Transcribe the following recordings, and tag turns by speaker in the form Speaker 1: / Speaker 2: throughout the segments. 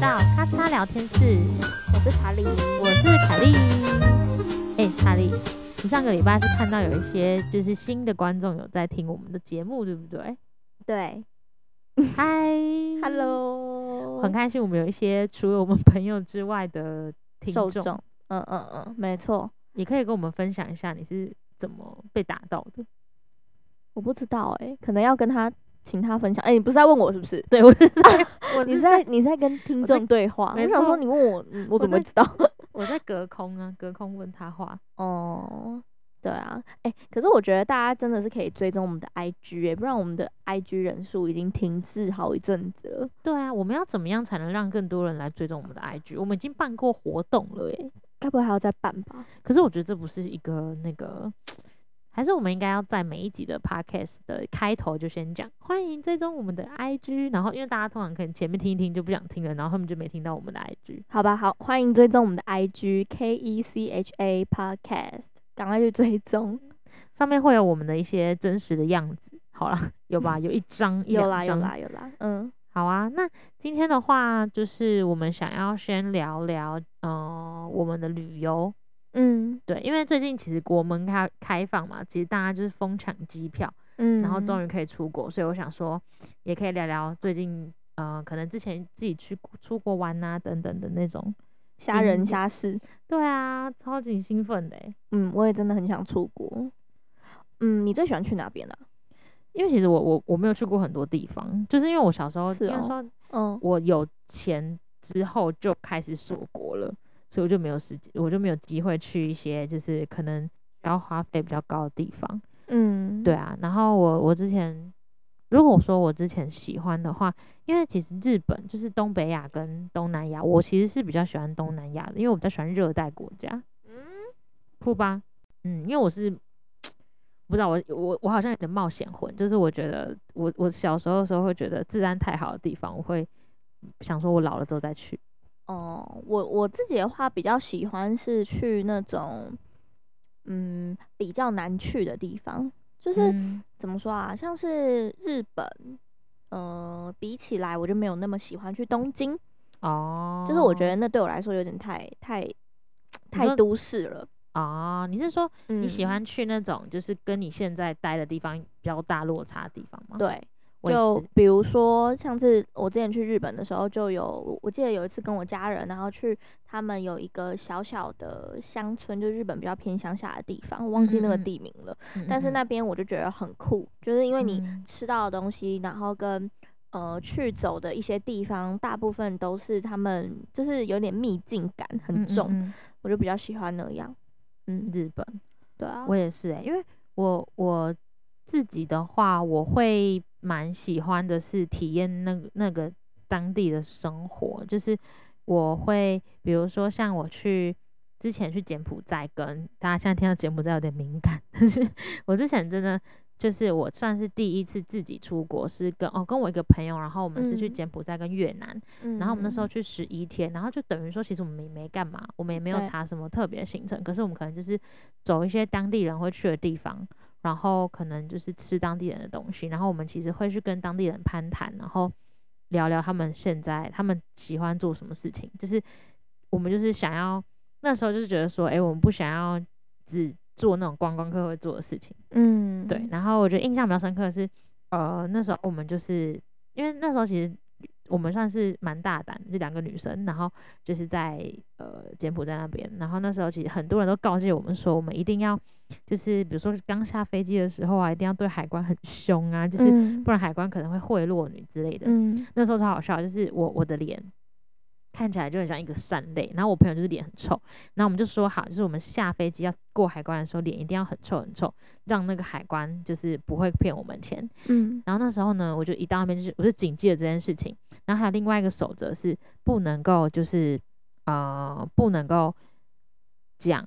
Speaker 1: 到咔嚓聊天室，
Speaker 2: 我是查理，
Speaker 1: 我是凯莉。哎、查理，你上个礼拜是看到有一些就是新的观众有在听我们的节目，对不对？
Speaker 2: 对
Speaker 1: 嗨
Speaker 2: ，Hello，
Speaker 1: 嗯 很开心我们有一些除了我们朋友之外的听
Speaker 2: 受
Speaker 1: 众，
Speaker 2: 众，嗯嗯嗯，没错，
Speaker 1: 也可以跟我们分享一下你是怎么被打到的。
Speaker 2: 我不知道哎、可能要跟他请他分享。哎、你不是在问我是不是？
Speaker 1: 对我是在， 我
Speaker 2: 你
Speaker 1: 是
Speaker 2: 是在你是在跟听
Speaker 1: 我在
Speaker 2: 众对话？
Speaker 1: 没
Speaker 2: 我想
Speaker 1: 错
Speaker 2: 说你问我，嗯我
Speaker 1: 我
Speaker 2: 怎么会
Speaker 1: 在
Speaker 2: 知道？
Speaker 1: 我在隔空啊，隔空问他话。
Speaker 2: 哦，对啊，哎、可是我觉得大家真的是可以追踪我们的 IG 哎、不然我们的 IG 人数已经停滞好一阵子了。
Speaker 1: 对啊，我们要怎么样才能让更多人来追踪我们的 IG？我们已经办过活动了耶，
Speaker 2: 该不会还要再办吧？
Speaker 1: 可是我觉得这不是一个那个，还是我们应该要在每一集的 podcast 的开头就先讲，欢迎追踪我们的 IG，然后因为大家通常可能前面听一听就不想听了，然后他们就没听到我们的 IG。
Speaker 2: 好吧，好，欢迎追踪我们的 IG K E C H A Podcast，赶快去追踪。
Speaker 1: 上面会有我们的一些真实的样子。好啦， 有吧？有一张，一
Speaker 2: 有
Speaker 1: 两
Speaker 2: 啦有
Speaker 1: 张
Speaker 2: 啦有啦，嗯，
Speaker 1: 好啊，那今天的话，就是我们想要先聊聊，呃，我们的旅游。
Speaker 2: 嗯
Speaker 1: 对，因为最近其实国门开开放嘛，其实大家就是疯抢机票，
Speaker 2: 嗯，
Speaker 1: 然后终
Speaker 2: 于
Speaker 1: 于可以出国，所以我想说，也可以聊聊最近，呃，可能之前自己去出国玩啊，等等的那种。
Speaker 2: 虾人
Speaker 1: 经
Speaker 2: 虾事，
Speaker 1: 对啊，超级兴奋的欸、
Speaker 2: 嗯，我也真的很想出国。嗯，你最喜欢去哪边啊？
Speaker 1: 因为其实我我我没有去过很多地方，就是因为我小时候
Speaker 2: 是
Speaker 1: 应该
Speaker 2: 哦
Speaker 1: 说
Speaker 2: 嗯，
Speaker 1: 我有钱之后就开始锁国了，所以我就没有时间，我就没有机会去一些就是可能要花费比较高的地方。
Speaker 2: 嗯，
Speaker 1: 对，啊，然后我我之前如果说我之前喜欢的话，因为其实日本就是东北亚跟东南亚，我其实是比较喜欢东南亚的，因为我比较喜欢热带国家，
Speaker 2: 嗯，
Speaker 1: 酷吧？嗯，因为我是。不知道我我我好像有点冒险魂，就是我觉得我我小时候的时候会觉得治安太好的地方，我会想说我老了之后再去。
Speaker 2: 哦，我我自己的话比较喜欢是去那种，嗯，比较难去的地方，就是
Speaker 1: 嗯
Speaker 2: 怎么说啊，像是日本，呃，比起来我就没有那么喜欢去东京。
Speaker 1: 哦，
Speaker 2: 就是我觉得那对我来说有点太太
Speaker 1: 说
Speaker 2: 太都市了。
Speaker 1: 哦，你是说
Speaker 2: 嗯
Speaker 1: 你喜欢去那种就是跟你现在待的地方比较大落差的地方吗？，
Speaker 2: 对，
Speaker 1: 我也
Speaker 2: 就是比如说像是我之前去日本的时候，就有我我记得有一次跟我家人，然后去他们有一个小小的乡村，就日本比较偏乡下的地方，我忘记那
Speaker 1: 嗯
Speaker 2: 个
Speaker 1: 嗯嗯
Speaker 2: 地名了。
Speaker 1: 嗯
Speaker 2: 但是
Speaker 1: 嗯
Speaker 2: 那边我就觉得很酷，就是因为你
Speaker 1: 嗯
Speaker 2: 吃到的东西，然后跟呃去走的一些地方，大部分都是他们就是有点秘境感
Speaker 1: 嗯
Speaker 2: 很重，
Speaker 1: 嗯
Speaker 2: 我就比较喜欢那样。
Speaker 1: 嗯
Speaker 2: 嗯，
Speaker 1: 日本，
Speaker 2: 对啊，
Speaker 1: 我也是哎、因为我我自己的话，我会蛮喜欢的是体验那个那个当地的生活，就是我会比如说像我去。之前去柬埔寨跟大家现在听到柬埔寨有点敏感，但是我之前真的就是我算是第一次自己出国，是跟哦跟我一个朋友，然后我们是去
Speaker 2: 嗯
Speaker 1: 柬埔寨跟越南，然后我们那时候去十一天，然后就等于说，其实我们也没干嘛，我们也没有
Speaker 2: 对
Speaker 1: 查什么特别的行程，可是我们可能就是走一些当地人会去的地方，然后可能就是吃当地人的东西，然后我们其实会去跟当地人攀谈，然后聊聊他们现在他们喜欢做什么事情，就是我们就是想要那时候就是觉得说，诶，我们不想要只做那种观光客会做的事情。
Speaker 2: 嗯，
Speaker 1: 对，，然后我觉得印象比较深刻的是，呃，那时候我们就是因为那时候其实我们算是蛮大胆，就两个女生，然后就是在呃柬埔寨那边，然后那时候其实很多人都告诫我们说，我们一定要就是比如说刚下飞机的时候啊，一定要对海关很凶啊，就是
Speaker 2: 嗯
Speaker 1: 不然海关可能会贿赂你之类的。
Speaker 2: 嗯
Speaker 1: 那时候超好笑，就是我我的脸看起来就很像一个善类，然后我朋友就是脸很臭，然后我们就说好，就是我们下飞机要过海关的时候，脸一定要很臭很臭，让那个海关就是不会骗我们钱。
Speaker 2: 嗯
Speaker 1: 然后那时候呢，我就一到那边就是我就谨记了这件事情，然后还有另外一个守则是不能够就是呃不能够讲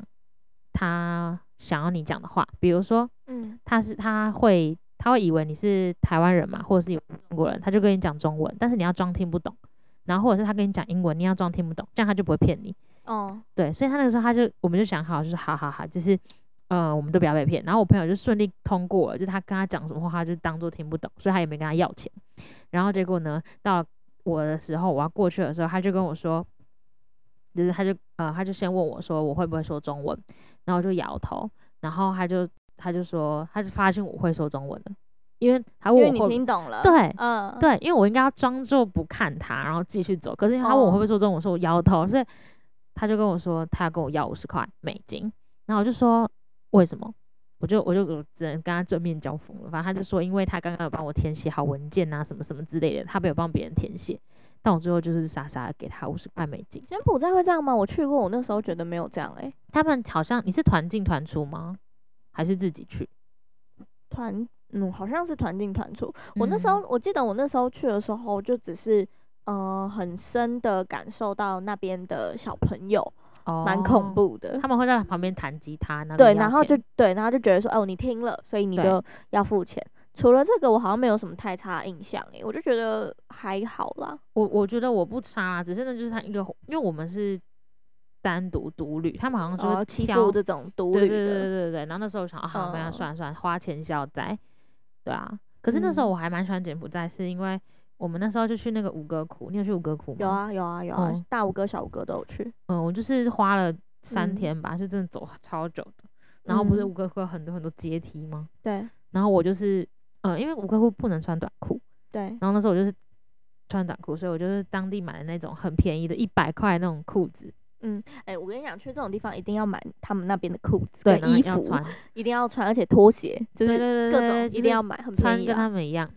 Speaker 1: 他想要你讲的话，比如说
Speaker 2: 嗯
Speaker 1: 他是他会他会以为你是台湾人嘛，或者是有中国人，他就跟你讲中文，但是你要装听不懂，然后或者是他跟你讲英文，你要装听不懂，这样他就不会骗你。
Speaker 2: 哦，
Speaker 1: 对，所以他那个时候他就我们就想好，就是好好好，就是呃我们都不要被骗。然后我朋友就顺利通过了，就他跟他讲什么话，他就当做听不懂，所以他也没跟他要钱。然后结果呢，到我的时候，我要过去的时候，他就跟我说，就是他就呃他就先问我说我会不会说中文，然后我就摇头，然后他就他就说他就发现我会说中文了，因为他
Speaker 2: 因
Speaker 1: 问我
Speaker 2: 为
Speaker 1: 会
Speaker 2: 你
Speaker 1: 不
Speaker 2: 听懂了，，
Speaker 1: 对。
Speaker 2: 嗯，，
Speaker 1: 对，因为我应该要装作不看他，然后继续走。可是因为他问
Speaker 2: 哦
Speaker 1: 我会不会说中文，我说我摇头，所以他就跟我说他要跟我要五十块美金，然后我就说为什么？我就我就我只能跟他正面交锋了。反正他就说，因为他刚刚有帮我填写好文件啊，什么什么之类的，他没有帮别人填写。但我最后就是傻傻的给他五十块美金。
Speaker 2: 柬埔寨会这样吗？我去过，我那时候觉得没有这样哎、欸，
Speaker 1: 他们好像你是团进团出吗？还是自己去？
Speaker 2: 团嗯好像是团进团出，我那时
Speaker 1: 嗯
Speaker 2: 候我记得我那时候去的时候就只是。呃，很深的感受到那边的小朋友蛮、恐
Speaker 1: 哦，
Speaker 2: 怖的，
Speaker 1: 他们会在旁边弹吉他，那
Speaker 2: 对，然后就对，然后就觉得说，哦，你听了，所以你
Speaker 1: 对
Speaker 2: 就要付钱。除了这个，我好像没有什么太差的印象诶，我就觉得还好啦。
Speaker 1: 我我觉得我不差啊，只是那就是他一个，因为我们是单独独旅，他们好像就
Speaker 2: 哦，
Speaker 1: 是
Speaker 2: 欺
Speaker 1: 挑
Speaker 2: 负这种独
Speaker 1: 对
Speaker 2: 旅
Speaker 1: 对对对
Speaker 2: 的，
Speaker 1: 对对。然后那时候我想，啊，好没
Speaker 2: 嗯
Speaker 1: 有算了算了，花钱消灾，对啊。可是那时候
Speaker 2: 嗯
Speaker 1: 我还蛮喜欢柬埔寨，是因为我们那时候就去那个五哥窟，你有去五哥窟吗？
Speaker 2: 有。啊有啊有啊，
Speaker 1: 哦
Speaker 2: 大五哥小五哥都有去。
Speaker 1: 嗯，我就是花了三
Speaker 2: 嗯
Speaker 1: 天吧，就真的走超久的。然后不是
Speaker 2: 嗯
Speaker 1: 五哥窟有很多很多阶梯吗？
Speaker 2: 对
Speaker 1: 然后我就是，嗯，因为五哥窟不能穿短裤，
Speaker 2: 对，
Speaker 1: 然后那时候我就是穿短裤，所以我就是当地买的那种很便宜的，一百块那种裤子，
Speaker 2: 哎，我跟你讲，去这种地方一定要买他们那边的裤子
Speaker 1: 对，
Speaker 2: 跟
Speaker 1: 然后
Speaker 2: 衣
Speaker 1: 要
Speaker 2: 服，
Speaker 1: 穿，
Speaker 2: 一定要穿，而且拖鞋就
Speaker 1: 对
Speaker 2: 是
Speaker 1: 对对
Speaker 2: 各
Speaker 1: 对
Speaker 2: 种
Speaker 1: 对
Speaker 2: 一
Speaker 1: 就
Speaker 2: 定
Speaker 1: 是
Speaker 2: 要买，很便
Speaker 1: 穿
Speaker 2: 宜
Speaker 1: 跟
Speaker 2: 啦。
Speaker 1: 他们一样。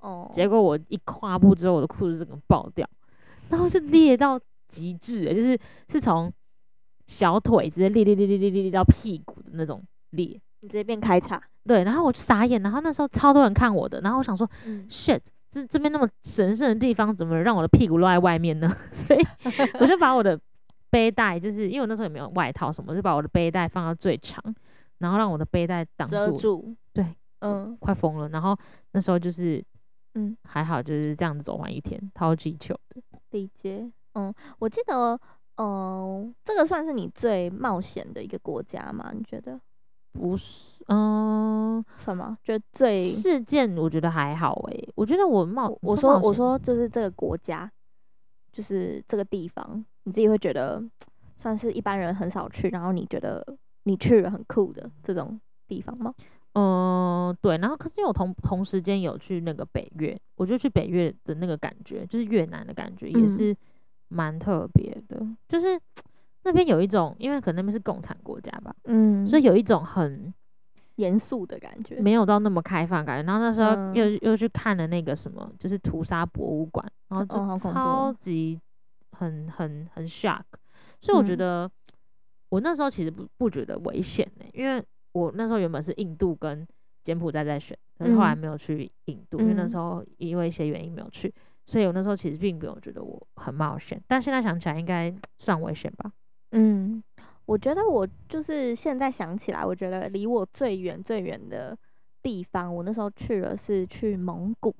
Speaker 2: 哦，
Speaker 1: 结果我一跨步之后，我的裤子整个爆掉，然后就裂到极致了，欸就是是从小腿直接裂裂裂裂裂裂裂到屁股的那种裂。
Speaker 2: 你直接变开叉。
Speaker 1: 对，然后我就傻眼，然后那时候超多人看我的，然后我想说
Speaker 2: 嗯，
Speaker 1: ，shit，这这边那么神圣的地方，怎么让我的屁股露在外面呢？ 所 以我就把我的背带，就是因为我那时候也没有外套什么，我就把我的背带放到最长，然后让我的背带挡
Speaker 2: 遮
Speaker 1: 住
Speaker 2: 住。
Speaker 1: 对，
Speaker 2: 嗯，
Speaker 1: 快疯了。然后那时候就是，
Speaker 2: 嗯
Speaker 1: 嗯，还好就是这样子走完一天，超级糗的。
Speaker 2: 理解。嗯，我记得，嗯、这个算是你最冒险的一个国家吗？你觉得？
Speaker 1: 不是，嗯、
Speaker 2: 什么？就最
Speaker 1: 事件我觉得还好诶、我觉得我冒，
Speaker 2: 我我
Speaker 1: 你
Speaker 2: 哦说
Speaker 1: 冒
Speaker 2: 我
Speaker 1: 险
Speaker 2: 说就是这个国家，就是这个地方，你自己会觉得算是一般人很少去，然后你觉得你去了很酷的这种地方吗？
Speaker 1: 嗯、对。然后可是因为我同同时间有去那个北越，我觉得去北越的那个感觉，就是越南的感觉，也
Speaker 2: 嗯
Speaker 1: 是蛮特别的，就是。那边有一种，因为可能那边是共产国家吧，
Speaker 2: 嗯
Speaker 1: 所以有一种很
Speaker 2: 严肃的感觉。
Speaker 1: 没有到那么开放感觉。然后那时候
Speaker 2: 嗯
Speaker 1: 又、又去看了那个什么，就是屠杀博物馆，然后
Speaker 2: 哦好
Speaker 1: 就
Speaker 2: 恐怖
Speaker 1: 超级很很很 shock。所以我觉
Speaker 2: 嗯
Speaker 1: 得、我那时候其实不不觉得危险呢、因为我那时候原本是印度跟柬埔寨在选，可是后来
Speaker 2: 嗯
Speaker 1: 没有去印度，因为那
Speaker 2: 嗯
Speaker 1: 时候因为一些原因没有去。所以我那时候其实并没有觉得我很冒险，但现在想起来应该算危险吧。
Speaker 2: 嗯，我觉得我就是现在想起来，我觉得离我最远最远的地方，我那时候去了是去蒙古，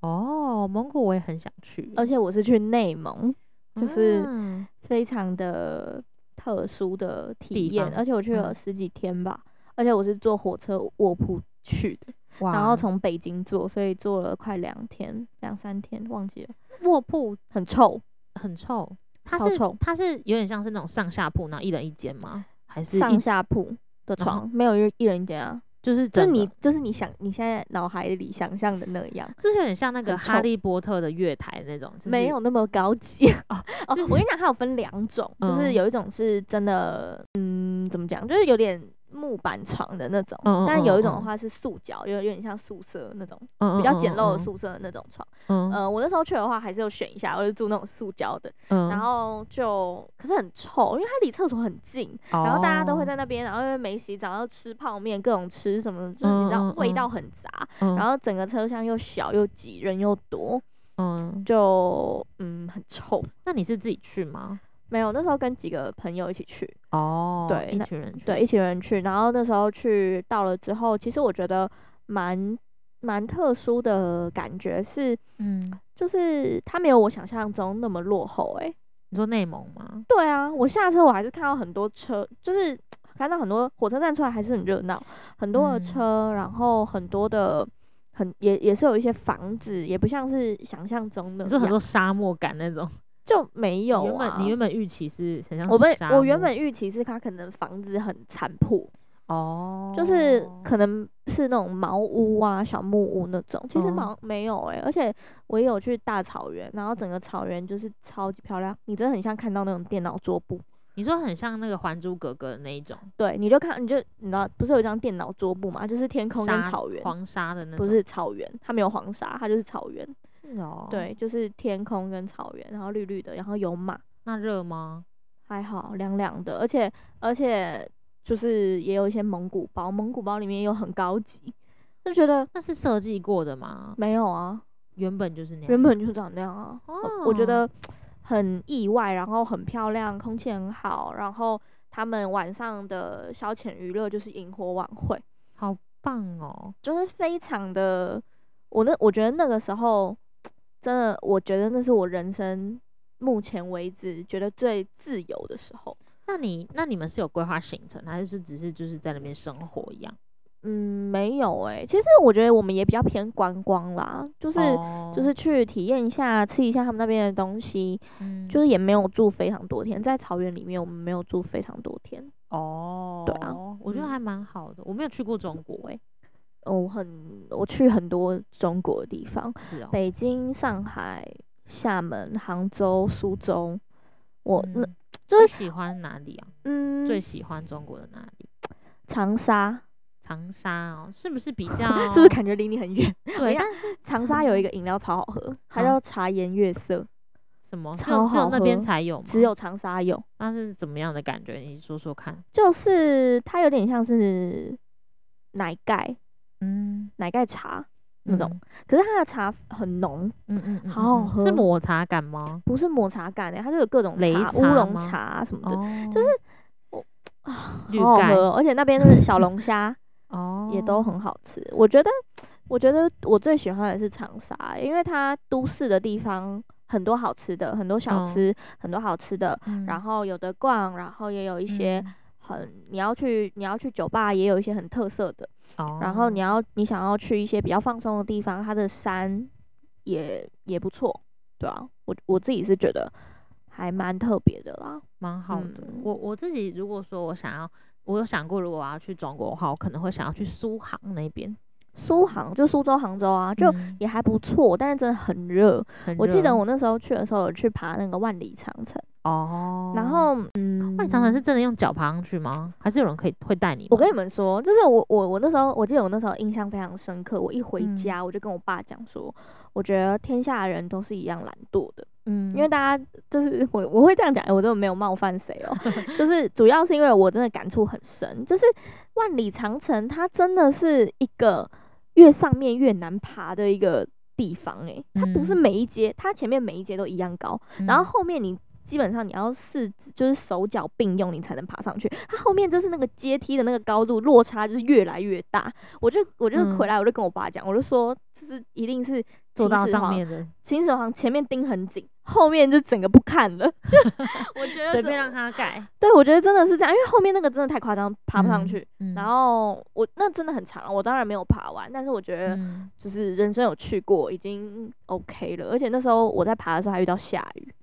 Speaker 1: 哦，蒙古我也很想去，
Speaker 2: 而且我是去欸内蒙，就是
Speaker 1: 嗯
Speaker 2: 非常的特殊的体
Speaker 1: 地
Speaker 2: 验，
Speaker 1: 方
Speaker 2: 而且我去了
Speaker 1: 嗯
Speaker 2: 十几天吧，而且我是坐火车卧铺去的，然后
Speaker 1: 哇
Speaker 2: 从北京坐，所以坐了快两天两三天，忘记了，
Speaker 1: 卧铺
Speaker 2: 很臭，
Speaker 1: 很臭，它
Speaker 2: 超
Speaker 1: 是
Speaker 2: 臭
Speaker 1: 它是有点像是那种上下铺，然后一人一间吗？还是一
Speaker 2: 上下铺的
Speaker 1: 然后
Speaker 2: 床，没有一一人一间啊，
Speaker 1: 就是
Speaker 2: 就
Speaker 1: 整
Speaker 2: 是
Speaker 1: 个
Speaker 2: 你就是你想你现在脑海里想象的那样。
Speaker 1: 是不是有点像那个
Speaker 2: 很
Speaker 1: 哈
Speaker 2: 臭
Speaker 1: 利波特的月台那种？就是
Speaker 2: 没有那么 高级哦哦，
Speaker 1: 就是
Speaker 2: 我跟你讲，它有分两种，就是
Speaker 1: 嗯
Speaker 2: 有一种是真的，嗯，怎么讲，就是有点木板床的那种，
Speaker 1: 嗯嗯
Speaker 2: 但有一
Speaker 1: 嗯
Speaker 2: 种的
Speaker 1: 嗯
Speaker 2: 话是塑胶，有有点像宿舍那种
Speaker 1: 嗯
Speaker 2: 比较简陋的，
Speaker 1: 嗯
Speaker 2: 宿舍的那种床。
Speaker 1: 嗯嗯
Speaker 2: 呃，我那时候去的话还是有选一下，我就住那种塑胶的，
Speaker 1: 嗯，
Speaker 2: 然后就可是很臭，因为它离厕所很近，然后大家
Speaker 1: 哦
Speaker 2: 都会在那边，然后因为没洗澡，然后吃泡面，各种吃什么，就是你知道
Speaker 1: 嗯嗯
Speaker 2: 味
Speaker 1: 嗯
Speaker 2: 道很杂，
Speaker 1: 哦，
Speaker 2: 然
Speaker 1: 后
Speaker 2: 后整个车厢又小又挤，人又多，
Speaker 1: 嗯，
Speaker 2: 就嗯很臭。
Speaker 1: 那你是自己去吗？
Speaker 2: 没有，那时候跟几个朋友一起去，
Speaker 1: 哦，
Speaker 2: 对
Speaker 1: 一
Speaker 2: 那
Speaker 1: 群人去，
Speaker 2: 对，一群人去。然后那时候去到了之后，其实我觉得蛮蛮特殊的感觉是，
Speaker 1: 嗯，
Speaker 2: 就是它没有我想象中那么落后、欸。诶，
Speaker 1: 你说内蒙吗？
Speaker 2: 对啊，我下车我还是看到很多车，就是看到很多火车站出来还是很热闹，很多的
Speaker 1: 嗯
Speaker 2: 车，然后很多的很也也是有一些房子，也不像是想象中的
Speaker 1: 你
Speaker 2: 那
Speaker 1: 说很
Speaker 2: 样，
Speaker 1: 多沙漠感那种，
Speaker 2: 就没有、啊、
Speaker 1: 原本你原本预期是很像
Speaker 2: 我们
Speaker 1: 沙
Speaker 2: 我原
Speaker 1: 漠
Speaker 2: 本预期是它可能房子很残破，
Speaker 1: 哦，
Speaker 2: 就是可能是那种茅屋啊、小木屋那种，其实
Speaker 1: 哦
Speaker 2: 毛、没有欸诶、而且我也有去大草原，然后整个草原就是超级漂亮，你真的很像看到那种电脑桌布，
Speaker 1: 你说很像那个《还珠格格》的那一种
Speaker 2: 对，你就看你就你知道不是有一张电脑桌布嘛，就是天空跟
Speaker 1: 沙
Speaker 2: 草原，
Speaker 1: 黄沙的那
Speaker 2: 不
Speaker 1: 种，
Speaker 2: 是草原，它没有黄沙，它就是草原，
Speaker 1: 是哦，
Speaker 2: 对，，就是天空跟草原，然后绿绿的，然后有马，
Speaker 1: 那热吗？
Speaker 2: 还好凉凉的，而且而且就是也有一些蒙古包，蒙古包里面又很高级，就觉得
Speaker 1: 那是设计过的吗？
Speaker 2: 没有啊，
Speaker 1: 原本就是那样，
Speaker 2: 原本就长那样啊，
Speaker 1: 哦
Speaker 2: 我觉得很意外，然后很漂亮，空气很好，然后他们晚上的消遣娱乐就是萤火晚会，
Speaker 1: 好棒哦，
Speaker 2: 就是非常的，我那我觉得那个时候真的，我觉得那是我人生目前为止觉得最自由的时候。
Speaker 1: 那你那你们是有规划行程，还是只是就是在那边生活一样？
Speaker 2: 嗯，没有诶、其实我觉得我们也比较偏观光啦，就是、
Speaker 1: 哦
Speaker 2: 就是去体验一下，吃一下他们那边的东西，
Speaker 1: 嗯
Speaker 2: 就是也没有住非常多天，在草原里面我们没有住非常多天。
Speaker 1: 哦，
Speaker 2: 对啊，
Speaker 1: 我觉得
Speaker 2: 嗯
Speaker 1: 还蛮好的。我没有去过中国欸诶、
Speaker 2: 我很我去很多中国的地方，
Speaker 1: 是哦，
Speaker 2: 北京、上海、厦门、杭州、苏州，我、那
Speaker 1: 嗯
Speaker 2: 就
Speaker 1: 你
Speaker 2: 是
Speaker 1: 喜欢哪里啊？
Speaker 2: 嗯，
Speaker 1: 最喜欢中国的哪里？
Speaker 2: 长沙
Speaker 1: 长沙哦，是不是 比较？
Speaker 2: 是不是感觉离你很远？ 我跟
Speaker 1: 对，啊
Speaker 2: 你讲
Speaker 1: 但是
Speaker 2: 长 沙有一个饮料超好喝，它
Speaker 1: 好
Speaker 2: 叫茶颜悦色，
Speaker 1: 什么？只
Speaker 2: 超
Speaker 1: 有只有
Speaker 2: 好
Speaker 1: 那边
Speaker 2: 喝
Speaker 1: 才有吗？
Speaker 2: 只有长沙有，
Speaker 1: 那是怎么样的感觉？你说说看。
Speaker 2: 就是它有点像是奶盖
Speaker 1: 嗯，
Speaker 2: 奶盖茶那种，可是它的茶很浓，
Speaker 1: 嗯，嗯嗯，
Speaker 2: 好
Speaker 1: 嗯
Speaker 2: 好
Speaker 1: 是
Speaker 2: 喝
Speaker 1: 抹茶感吗？
Speaker 2: 不是抹茶感的、它就有各种
Speaker 1: 擂
Speaker 2: 茶、
Speaker 1: 茶
Speaker 2: 乌龙
Speaker 1: 吗
Speaker 2: 茶啊什么的，
Speaker 1: 哦，
Speaker 2: 就是
Speaker 1: 绿
Speaker 2: 好好
Speaker 1: 盖
Speaker 2: 喝哦，而且那边就是小龙虾。
Speaker 1: 哦，
Speaker 2: 也都很好吃。我觉得，我觉得我最喜欢的是长沙，因为它都市的地方很多好吃的，很多小
Speaker 1: 嗯
Speaker 2: 吃，很多好吃的。
Speaker 1: 嗯，
Speaker 2: 然后有的逛，然后也有一
Speaker 1: 一
Speaker 2: 些很你要去你要去酒吧，也有一些很特色的。
Speaker 1: 哦，
Speaker 2: 然后你要你想要去一些比较放松的地方，它的山也也不错，对啊，我我自己是觉得还蛮特别的啦。
Speaker 1: 蛮好的。
Speaker 2: 嗯
Speaker 1: 我我自己如果说我想要，我有想过，如果我要去中国的话，我可能会想要去苏杭那边，
Speaker 2: 苏杭就苏州、杭州啊，就
Speaker 1: 嗯
Speaker 2: 也还不错，但是真的很热。
Speaker 1: 很
Speaker 2: 我记
Speaker 1: 热
Speaker 2: 得我那时候去的时候有去爬那个万里长城，
Speaker 1: 哦，
Speaker 2: 然后嗯，
Speaker 1: 万里长城是真的用脚爬上去吗？还是有人可以会带你吗？
Speaker 2: 我跟你们说，就是我我我那时候我记得我那时候印象非常深刻，我一回
Speaker 1: 嗯
Speaker 2: 家我就跟我爸讲说，我觉得天下人都是一样懒惰的，
Speaker 1: 嗯，
Speaker 2: 因为大家就是我我会这样讲，我真的没有冒犯谁 哦，就是主要是因为我真的感触很深，就是万里长城它真的是一个越上面越难爬的一个地方诶、它不是
Speaker 1: 嗯
Speaker 2: 每一阶，它前面每一阶都一样高。然后后面你基本上你要四肢就是手脚并用，你才能爬上去。它后面就是那个阶梯的那个高度落差就是越来越大。我就我就
Speaker 1: 嗯
Speaker 2: 回来我就跟我爸讲，我就说就是一定是
Speaker 1: 坐
Speaker 2: 秦
Speaker 1: 到
Speaker 2: 始
Speaker 1: 上
Speaker 2: 皇，
Speaker 1: 面的，
Speaker 2: 秦始皇前面盯很紧，后面就整个不看了。 我觉得
Speaker 1: 随
Speaker 2: 这
Speaker 1: 便让他盖，
Speaker 2: 对，我觉得真的是这样，因为后面那个真的太夸张，爬不上
Speaker 1: 嗯
Speaker 2: 去。
Speaker 1: 嗯
Speaker 2: 然后我那真的很长，啊我当然没有爬完，但是我觉得
Speaker 1: 嗯
Speaker 2: 就是人生有去过，已经 OK 了。而且那时候我在爬的时候还遇到下雨，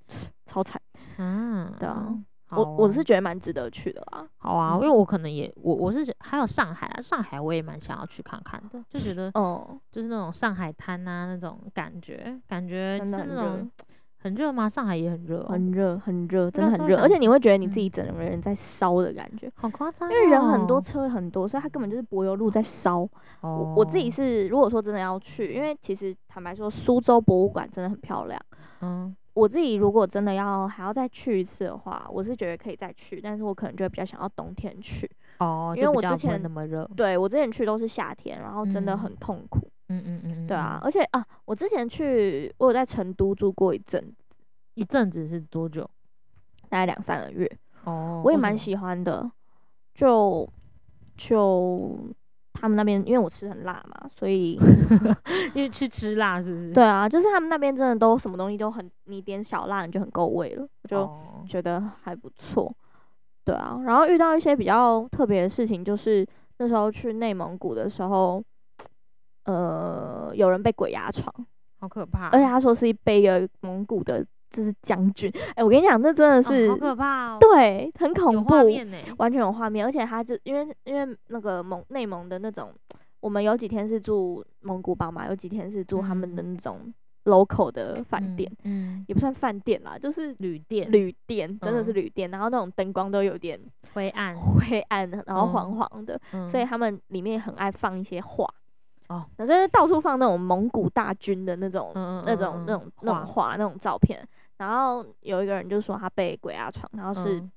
Speaker 2: 超惨。
Speaker 1: 嗯，
Speaker 2: 对啊
Speaker 1: 好
Speaker 2: 我我
Speaker 1: 哦
Speaker 2: 是觉得蛮值得去的啦。
Speaker 1: 好啊，因
Speaker 2: 嗯
Speaker 1: 为我可能也我我是觉还有上海啊，上海我也蛮想要去看看的，就觉 得
Speaker 2: 嗯，
Speaker 1: 就是那种上海滩啊那种感觉，感觉就
Speaker 2: 真
Speaker 1: 是
Speaker 2: 的
Speaker 1: 那
Speaker 2: 很热
Speaker 1: 种，很热吗？上海也很热、哦，
Speaker 2: 很热，很热，真
Speaker 1: 那
Speaker 2: 的
Speaker 1: 时
Speaker 2: 很
Speaker 1: 候
Speaker 2: 热，而且
Speaker 1: 想
Speaker 2: 你会觉得你自
Speaker 1: 嗯
Speaker 2: 己整个人在烧的感觉，
Speaker 1: 好夸张、
Speaker 2: 因为人很多，，车很多，所以它根本就是柏油路在烧。
Speaker 1: 哦、
Speaker 2: 我我自己是，如果说真的要去，因为其实坦白说，苏州博物馆真的很漂亮。
Speaker 1: 嗯
Speaker 2: 我自己如果真的要还要再去一次的话，我是觉得可以再去，但是我可能就会比较想要冬天去。
Speaker 1: 哦，
Speaker 2: 因
Speaker 1: 就
Speaker 2: 为
Speaker 1: 比
Speaker 2: 我
Speaker 1: 较
Speaker 2: 之
Speaker 1: 不会
Speaker 2: 前
Speaker 1: 那么热，
Speaker 2: 对我之前去都是夏天，然后真的
Speaker 1: 嗯
Speaker 2: 很痛苦。
Speaker 1: 嗯嗯嗯，嗯
Speaker 2: 对啊，
Speaker 1: 嗯
Speaker 2: 而且啊，我之前去我有在成都住过一阵，
Speaker 1: 一阵子是多久？
Speaker 2: 大概两三个月，
Speaker 1: 哦，
Speaker 2: 我
Speaker 1: 为
Speaker 2: 也
Speaker 1: 什
Speaker 2: 蛮
Speaker 1: 么
Speaker 2: 喜欢的。就就他们那边，因为我吃很辣嘛，所以
Speaker 1: 因为去吃辣是不是？
Speaker 2: 对啊，就是他们那边真的都什么东西都很，你点小辣你就很够味了，我就
Speaker 1: 哦
Speaker 2: 觉得还不错。对啊，然后遇到一些比较特别的事情，就是那时候去内蒙古的时候，呃，有人被鬼压床，
Speaker 1: 好可怕，
Speaker 2: 而且他说是被一个蒙古的，就是将军。哎、我跟你讲，这真的
Speaker 1: 哦
Speaker 2: 是、
Speaker 1: 好可怕哦，
Speaker 2: 对，很恐
Speaker 1: 有画
Speaker 2: 怖，
Speaker 1: 面呢，
Speaker 2: 完全有画面。而且他就因为因为那个蒙内蒙的那种，我们有几天是住蒙古包嘛，有几天是住他们的那种 local 的饭店，
Speaker 1: 嗯嗯，嗯，
Speaker 2: 也不算饭店啦，就是
Speaker 1: 旅店
Speaker 2: 旅店，真的是
Speaker 1: 嗯
Speaker 2: 旅店。然后那种灯光都有点
Speaker 1: 灰暗，
Speaker 2: 灰暗，然后黄
Speaker 1: 嗯
Speaker 2: 黄的，
Speaker 1: 嗯
Speaker 2: 所以他们里面很爱放一些画。
Speaker 1: 哦，
Speaker 2: 然后就是到处放那种蒙古大军的那种、
Speaker 1: 嗯嗯
Speaker 2: 那
Speaker 1: 嗯
Speaker 2: 种、那
Speaker 1: 嗯
Speaker 2: 种、那种画、那种照片。然后有一个人就说他被鬼压床，然后是
Speaker 1: 嗯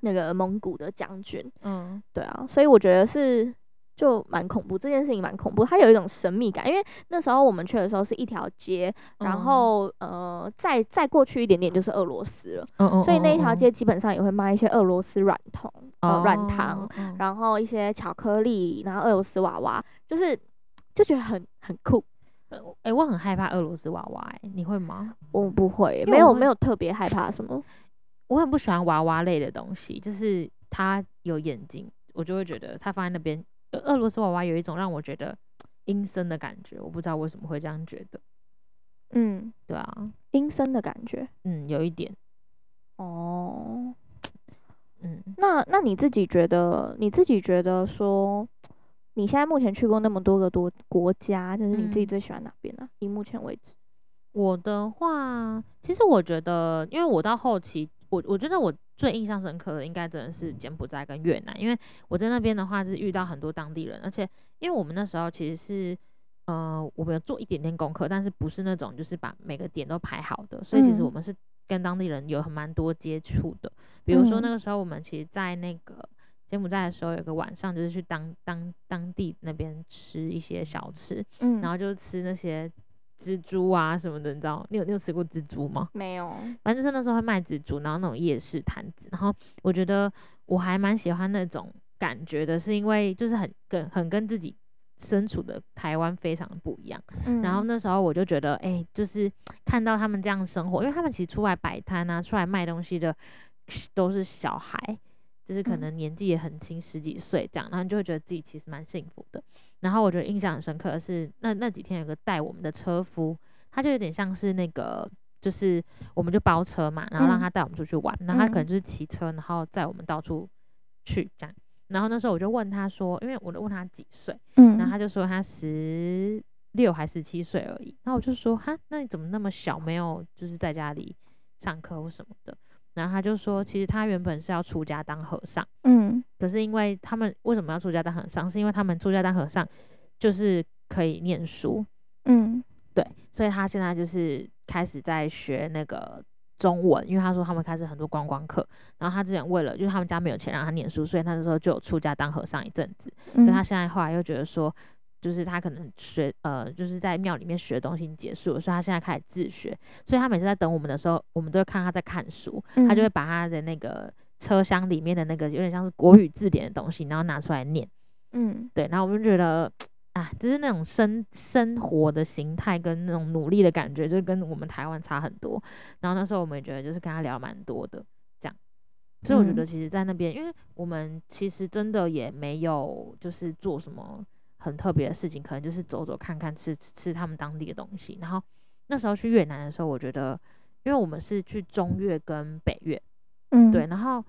Speaker 2: 那个蒙古的将军。
Speaker 1: 嗯
Speaker 2: 对啊，所以我觉得是就蛮恐怖，这件事情蛮恐怖，它有一种神秘感。因为那时候我们去的时候是一条街，然
Speaker 1: 嗯
Speaker 2: 后、呃再再过去一点点就是俄罗斯了，
Speaker 1: 嗯嗯，
Speaker 2: 所以那一
Speaker 1: 嗯
Speaker 2: 条
Speaker 1: 哦
Speaker 2: 街基本上也会卖一些俄罗斯软糖、呃软糖，，
Speaker 1: 嗯
Speaker 2: 然后一些巧克力，然后俄罗斯娃娃，就是就觉得很很酷。
Speaker 1: 哦哎，我很害怕俄罗斯娃娃，哎，你会吗？
Speaker 2: 我不会，
Speaker 1: 为
Speaker 2: 没有
Speaker 1: 我会
Speaker 2: 没有特别害怕什么。
Speaker 1: 我很不喜欢娃娃类的东西，就是它有眼睛，我就会觉得它放在那边。呃俄罗斯娃娃有一种让我觉得阴森的感觉，我不知道为什么会这样觉得。
Speaker 2: 嗯，
Speaker 1: 对啊，
Speaker 2: 阴森的感觉。
Speaker 1: 嗯，有一点，
Speaker 2: 哦，
Speaker 1: 嗯，
Speaker 2: 那那你自己觉得，你自己觉得说，你现在目前去过那么多个多国家，就是你自己
Speaker 1: 嗯
Speaker 2: 最喜欢哪边呢、以目前为止，
Speaker 1: 我的话，其实我觉得，因为我到后期，我我觉得我最印象深刻的应该真的是柬埔寨跟越南，因为我在那边的话是遇到很多当地人，而且因为我们那时候其实是。呃，我们有做一点点功课，但是不是那种就是把每个点都排好的，所以其实我
Speaker 2: 嗯
Speaker 1: 们是跟当地人有很蛮多接触的。比如说
Speaker 2: 嗯
Speaker 1: 那个时候我们其实，在那个柬埔寨的时候，有个晚上就是去当当当地那边吃一些小吃，
Speaker 2: 嗯
Speaker 1: 然后就吃那些蜘蛛啊什么的，你知道？你有你有吃过蜘蛛吗？
Speaker 2: 没有，
Speaker 1: 反正就是那时候会卖蜘蛛，然后那种夜市摊子，然后我觉得我还蛮喜欢那种感觉的，是因为就是很跟很跟自己身处的台湾非常的不一样。然后
Speaker 2: 嗯
Speaker 1: 那时候我就觉得，哎、就是看到他们这样生活，因为他们其实出来摆摊啊，出来卖东西的都是小孩，就是可
Speaker 2: 嗯
Speaker 1: 能年纪也很轻，十几岁这样，然后你就会觉得自己其实蛮幸福的。然后我觉得印象很深刻的是，那那几天有个带我们的车夫，他就有点像是那个。就是我们就包车嘛，然后让
Speaker 2: 嗯
Speaker 1: 他带我们出去玩，然后他可
Speaker 2: 嗯
Speaker 1: 能就是骑车，然后载我们到处去这样。然后那时候我就问他说，因为我就问他几岁，
Speaker 2: 嗯
Speaker 1: 然后他就说他十六还十七岁而已。然后我就说哈，那你怎么那么小，没有就是在家里上课或什么的？然后他就说，其实他原本是要出家当和尚，
Speaker 2: 嗯
Speaker 1: 可是因为他们为什么要出家当和尚，是因为他们出家当和尚就是可以念书，
Speaker 2: 嗯
Speaker 1: 对，所以他现在就是开始在学那个中文，因为他说他们开始很多观光客，然后他之前为了就是他们家没有钱让他念书，所以他那时候就有出家当和尚一阵子。
Speaker 2: 嗯，
Speaker 1: 可他现在后来又觉得说，就是他可能学呃，就是在庙里面学的东西已经结束了，所以他现在开始自学。所以他每次在等我们的时候，我们都会看他在看书，他
Speaker 2: 嗯
Speaker 1: 就会把他的那个车厢里面的那个有点像是国语字典的东西，然后拿出来念。
Speaker 2: 嗯
Speaker 1: 对，然后我们就觉得。啊，就是那种生生活的形态跟那种努力的感觉，就跟我们台湾差很多。然后那时候我们也觉得，就是跟他聊蛮多的，这样。所以我觉得，
Speaker 2: 嗯
Speaker 1: 其实，在那边，因为我们其实真的也没有就是做什么很特别的事情，可能就是走走看看，吃吃吃他们当地的东西。然后那时候去越南的时候，我觉得，因为我们是去中越跟北越，
Speaker 2: 嗯
Speaker 1: 对，然后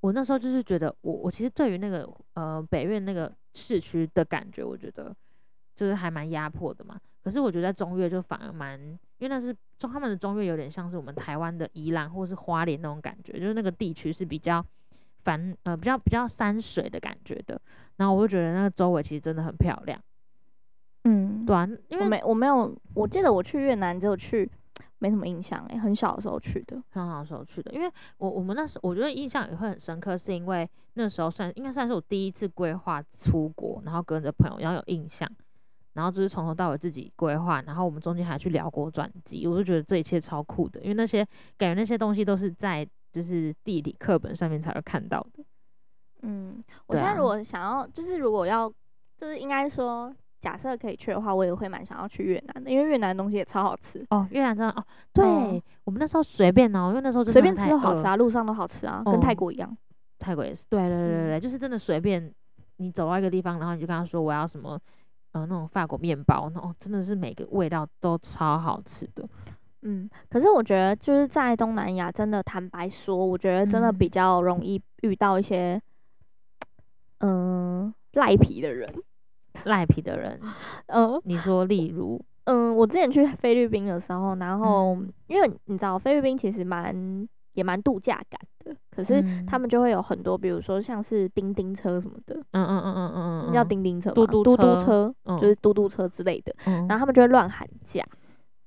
Speaker 1: 我那时候就是觉得我，我其实对于那个呃北院那个市区的感觉，我觉得就是还蛮压迫的嘛。可是我觉得在中越就反而蛮，因为那是中他们的中越有点像是我们台湾的宜兰或是花莲那种感觉，就是那个地区是比较繁呃比较比较山水的感觉的。然后我就觉得那个周围其实真的很漂亮，
Speaker 2: 嗯
Speaker 1: 对啊，因
Speaker 2: 我
Speaker 1: 为
Speaker 2: 没我没有，我记得我去越南只有去，没什么印象哎、很小的时候去的。
Speaker 1: 很好的时候去的，因为我我们那时我觉得印象也会很深刻，是因为那时候算应该算是我第一次规划出国，然后跟着朋友，然后有印象，然后就是从头到尾自己规划，然后我们中间还去辽国转机，我就觉得这一切超酷的，因为那些感觉那些东西都是在就是地理课本上面才会看到的，
Speaker 2: 嗯，我
Speaker 1: 对
Speaker 2: 现在如
Speaker 1: 啊
Speaker 2: 果想要，就是如果要，就是应该说，假设可以去的话，我也会蛮想要去越南的，因为越南的东西也超好吃，
Speaker 1: 哦，越南真的哦，对、
Speaker 2: 嗯
Speaker 1: 我们那时候随便哦，因为那时候真
Speaker 2: 随
Speaker 1: 的
Speaker 2: 便吃
Speaker 1: 太
Speaker 2: 都好
Speaker 1: 饿
Speaker 2: 吃啊，路上都好吃啊，跟泰
Speaker 1: 哦
Speaker 2: 国一样。嗯
Speaker 1: 泰国也是，对对对对对，就是真的随便你走到一个地方，然后你就跟他说我要什么呃那种法国面包，然后真的是每个味道都超好吃的。
Speaker 2: 嗯，可是我觉得就是在东南亚，真的坦白说，我觉得真的
Speaker 1: 嗯
Speaker 2: 比较容易遇到一些，嗯、赖皮的人。
Speaker 1: 赖皮的人，
Speaker 2: 嗯
Speaker 1: 你说例如，
Speaker 2: 嗯，我之前去菲律宾的时候，然
Speaker 1: 嗯
Speaker 2: 后、因为你知道菲律宾其实蛮也蛮度假感的，可是
Speaker 1: 嗯
Speaker 2: 他们就会有很多，比如说像是叮叮车什么的，
Speaker 1: 嗯嗯嗯嗯嗯嗯，
Speaker 2: 那叫叮叮车吗？
Speaker 1: 嘟嘟
Speaker 2: 嘟嘟
Speaker 1: 车
Speaker 2: 车，
Speaker 1: 嗯，
Speaker 2: 就是嘟嘟车之类的，
Speaker 1: 嗯
Speaker 2: 然后他们就会乱喊价。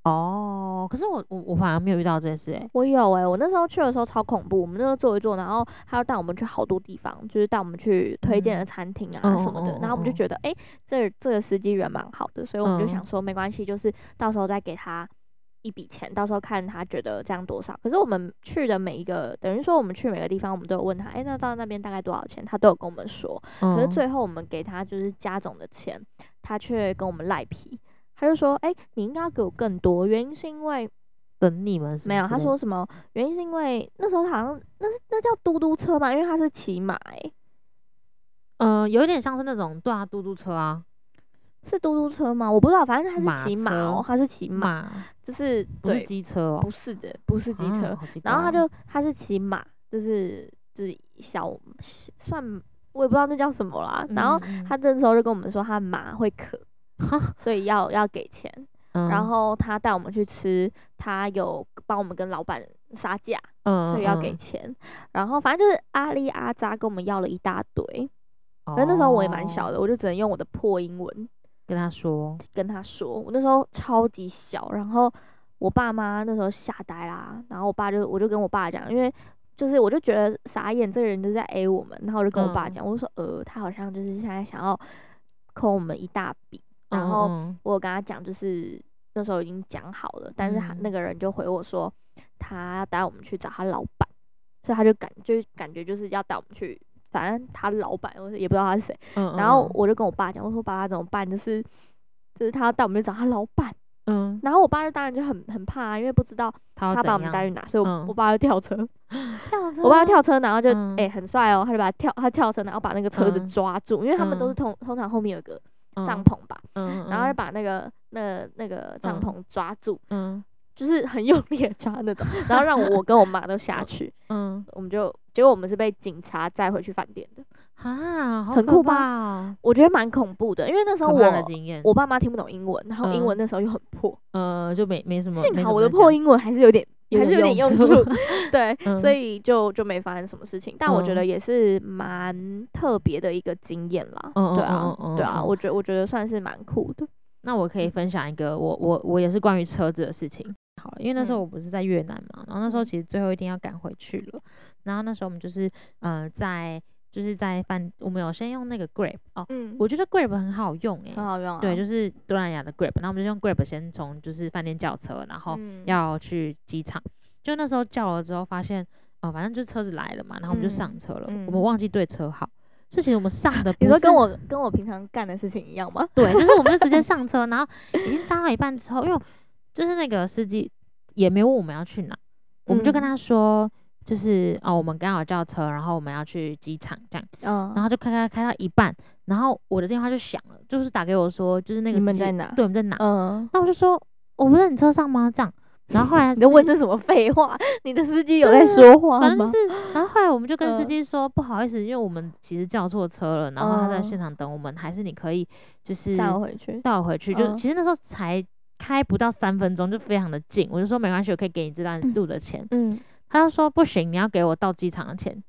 Speaker 1: 哦，可是我我我反而没有遇到这件事哎、
Speaker 2: 我有哎、我那时候去的时候超恐怖，我们那时候坐一坐，然后他要带我们去好多地方，就是带我们去推荐的
Speaker 1: 嗯
Speaker 2: 餐厅啊
Speaker 1: 嗯
Speaker 2: 什么的，
Speaker 1: 嗯嗯
Speaker 2: 然后我
Speaker 1: 嗯
Speaker 2: 们就
Speaker 1: 嗯
Speaker 2: 觉得哎、这这个司机人蛮好的，所以我们就
Speaker 1: 嗯
Speaker 2: 想说没关系，就是到时候再给他。一笔钱，到时候看他觉得这样多少。可是我们去的每一个，等于说我们去每个地方，我们都有问他，哎、那到那边大概多少钱？他都有跟我们说。
Speaker 1: 嗯、
Speaker 2: 可是最后我们给他就是加总的钱，他却跟我们赖皮，他就说，哎、你应该要给我更多，原因是因为
Speaker 1: 等你们什
Speaker 2: 没
Speaker 1: 么
Speaker 2: 有，
Speaker 1: 之
Speaker 2: 他
Speaker 1: 类
Speaker 2: 说什么原因是因为那时候好像那是那叫嘟嘟车嘛，因为他是骑马、欸，
Speaker 1: 呃，有一点像是那种对啊，嘟嘟车啊，
Speaker 2: 是嘟嘟车吗？我不知道，反正他
Speaker 1: 马
Speaker 2: 是骑马哦、
Speaker 1: 车
Speaker 2: 他是骑马，
Speaker 1: 马
Speaker 2: 就是
Speaker 1: 不是
Speaker 2: 对，
Speaker 1: 机车哦，
Speaker 2: 不是的，不是机
Speaker 1: 啊
Speaker 2: 车。
Speaker 1: 好奇
Speaker 2: 然后他
Speaker 1: 怪哦
Speaker 2: 就他是骑马，就是就是小算我也不知道那叫什么啦。然后
Speaker 1: 嗯嗯嗯
Speaker 2: 他那时候就跟我们说他马会 渴，所以要要给钱。
Speaker 1: 嗯
Speaker 2: 然后他带我们去吃，他有帮我们跟老板杀价。
Speaker 1: 嗯
Speaker 2: 所以要给
Speaker 1: 嗯
Speaker 2: 钱。然后反正就是阿里阿扎跟我们要了一大堆，
Speaker 1: 哦
Speaker 2: 反正那时候我也蛮小的，我就只能用我的破英文
Speaker 1: 跟他说，
Speaker 2: 跟他说。我那时候超级小，然后我爸妈那时候吓呆啦，然后我爸就我就跟我爸讲，因为。就是，我就觉得傻眼，这个人就是在 A 我们，然后我就跟我爸
Speaker 1: 嗯
Speaker 2: 讲，我就说，呃，他好像就是现在想要扣我们一大笔，然
Speaker 1: 嗯
Speaker 2: 后
Speaker 1: 嗯
Speaker 2: 我有跟他讲，就是那时候已经讲好了，但是他
Speaker 1: 嗯
Speaker 2: 那个人就回我说，他带我们去找他老板，所以他就感就感觉就是要带我们去，反正他老板我也不知道他是谁，
Speaker 1: 嗯
Speaker 2: 然后我就跟我爸讲，我说爸爸怎么办？就是就是他要带我们去找他老板，
Speaker 1: 嗯，嗯
Speaker 2: 然后我爸就当然就很很怕、啊，因为不知道
Speaker 1: 他
Speaker 2: 他
Speaker 1: 要
Speaker 2: 把我
Speaker 1: 怎
Speaker 2: 们
Speaker 1: 样
Speaker 2: 带去哪，所以我,、
Speaker 1: 嗯
Speaker 2: 我爸就跳车，
Speaker 1: 跳车，
Speaker 2: 我爸就跳车，然后就哎、
Speaker 1: 嗯
Speaker 2: 诶很帅哦，他就把他跳他跳车，然后把那个车子
Speaker 1: 嗯
Speaker 2: 抓住，因为他们
Speaker 1: 嗯
Speaker 2: 都是通通常后面有个帐
Speaker 1: 嗯，
Speaker 2: 篷吧。
Speaker 1: 嗯嗯
Speaker 2: 然后就
Speaker 1: 嗯
Speaker 2: 把那个、那个、那个帐
Speaker 1: 嗯
Speaker 2: 篷抓住，
Speaker 1: 嗯
Speaker 2: 就是很用力的抓那种，然后让我跟我妈都下去，
Speaker 1: 嗯
Speaker 2: 我们就结果我们是被警察载回去饭店的，
Speaker 1: 啊，好
Speaker 2: 很
Speaker 1: 可
Speaker 2: 酷吧
Speaker 1: 怕哦，
Speaker 2: 我觉得蛮恐怖的，因为那时候
Speaker 1: 可怕的
Speaker 2: 我
Speaker 1: 经验，
Speaker 2: 我爸妈听不懂英文，然后英
Speaker 1: 嗯
Speaker 2: 文那时候又很破，
Speaker 1: 呃就没没什么，没
Speaker 2: 幸好
Speaker 1: 什
Speaker 2: 我
Speaker 1: 么
Speaker 2: 的
Speaker 1: 能
Speaker 2: 破
Speaker 1: 讲
Speaker 2: 英文还是有点。还是有点用处， 对，
Speaker 1: 嗯
Speaker 2: 所以就就没发生什么事情，但我觉
Speaker 1: 嗯
Speaker 2: 得也是蛮特别的一个经验啦，
Speaker 1: 嗯嗯
Speaker 2: 对啊
Speaker 1: 嗯，嗯
Speaker 2: 对啊，
Speaker 1: 嗯
Speaker 2: 我觉我觉得算是蛮酷的，
Speaker 1: 那我可以
Speaker 2: 嗯
Speaker 1: 分享一个我我我也是关于车子的事情。好了，因为那时候我不是在越南嘛，然后那时候
Speaker 2: 嗯
Speaker 1: 其实最后一天要赶回去了，然后那时候我们就是呃在就是在饭，我们有先用那个 Grab 哦，
Speaker 2: 嗯，
Speaker 1: 我觉得 Grab 很好用诶、
Speaker 2: 很好用啊，
Speaker 1: 对，就是东南亚的 Grab，然后我们就用 Grab 先从就是饭店叫车，然后
Speaker 2: 嗯
Speaker 1: 要去机场，就那时候叫了之后发现，哦、反正就车子来了嘛，然后我们就上
Speaker 2: 嗯
Speaker 1: 车了，我
Speaker 2: 嗯
Speaker 1: 们忘记对车号，是其实我们上的不
Speaker 2: 你说跟
Speaker 1: 是
Speaker 2: 我跟我平常干的事情一样吗？
Speaker 1: 对，就是我们就直接上车，然后已经搭到一半之后，因为就是那个司机也没问我们要去哪，我们就跟
Speaker 2: 嗯
Speaker 1: 他说，就是哦，我们刚好叫车，然后我们要去机场这样，
Speaker 2: 嗯
Speaker 1: 然后就开开开到一半，然后我的电话就响了，就是打给我说，就是那个
Speaker 2: 你
Speaker 1: 司
Speaker 2: 们
Speaker 1: 机
Speaker 2: 在哪
Speaker 1: 对，啊我们在哪？
Speaker 2: 嗯，
Speaker 1: 那我就说，我不在你车上吗？这样，然后后来
Speaker 2: 你在
Speaker 1: 司
Speaker 2: 问
Speaker 1: 机
Speaker 2: 这什么废话？ 你的司机有在
Speaker 1: 对啊
Speaker 2: 说话吗？
Speaker 1: 反正就是，然后后来我们就跟司
Speaker 2: 哦嗯
Speaker 1: 机说、不好意思，因为我们其实叫错车了，然后他在
Speaker 2: 嗯
Speaker 1: 现场等我们，还是你可以就是
Speaker 2: 载我回去。
Speaker 1: 带我回去，就
Speaker 2: 嗯
Speaker 1: 其实那时候才开不到三分钟，就非常的近。我就说没关系，我可以给你这段路的钱。
Speaker 2: 嗯，
Speaker 1: 他就说不行，你要给我到机场的钱。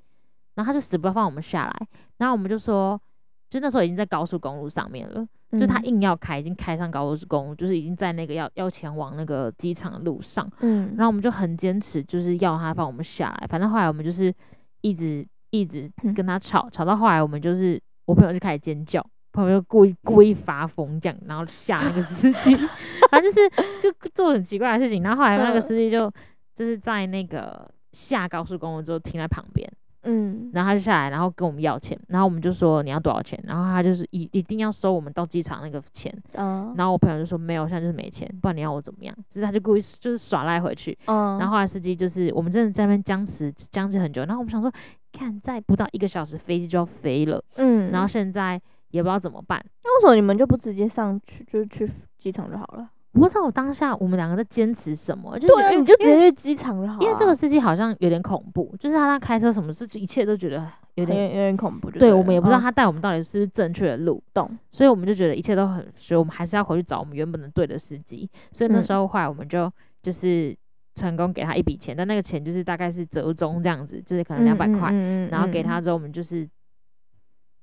Speaker 1: 然后他就死不要放我们下来，然后我们就说，就那时候已经在高速公路上面了，
Speaker 2: 嗯
Speaker 1: 就他硬要开，已经开上高速公路，就是已经在那个要要前往那个机场的路上。
Speaker 2: 嗯，
Speaker 1: 然后我们就很坚持，就是要他放我们下来。反正后来我们就是一直一直
Speaker 2: 嗯
Speaker 1: 跟他吵，吵到后来我们就是我朋友就开始尖叫，朋友就故意故意发疯这样，然后吓那个司机， 反正就是就做很奇怪的事情。然后后来那个
Speaker 2: 嗯
Speaker 1: 司机就就是在那个下高速公路之后停在旁边，
Speaker 2: 嗯
Speaker 1: 然后他就下来，然后跟我们要钱，然后我们就说你要多少钱，然后他就是一一定要收我们到机场那个钱。
Speaker 2: 嗯
Speaker 1: 然后我朋友就说没有，现在就是没钱，不然你要我怎么样？就是他就故意就是耍赖回去。
Speaker 2: 嗯，
Speaker 1: 然后后来司机就是我们真的在那边僵持僵持很久，然后我们想说，看再不到一个小时飞机就要飞了，
Speaker 2: 嗯，
Speaker 1: 然后现在也不知道怎么办。
Speaker 2: 那为什么你们就不直接上去，就是去机场就好了？
Speaker 1: 我不知道我当下我们两个在坚持什么，就是
Speaker 2: 对啊，
Speaker 1: 因为
Speaker 2: 你就直
Speaker 1: 因为
Speaker 2: 接啊去机场就好了。
Speaker 1: 因为这个司机好像有点恐怖，就是他在开车什么事，一切都觉得有
Speaker 2: 有
Speaker 1: 点。
Speaker 2: 点有点恐怖就
Speaker 1: 对
Speaker 2: 了
Speaker 1: 我们也不知道
Speaker 2: 哎嗯
Speaker 1: 他带我们到底是不是正确的路，
Speaker 2: 懂。
Speaker 1: 所以我们就觉得一切都很，所以我们还是要回去找我们原本的对的司机。所以那
Speaker 2: 嗯
Speaker 1: 时候后来我们就就是成功给他一笔钱，但那个钱就是大概是折中这样子，就是可能啊两百块，
Speaker 2: 嗯
Speaker 1: 然后给他
Speaker 2: 嗯
Speaker 1: 之后，我们就是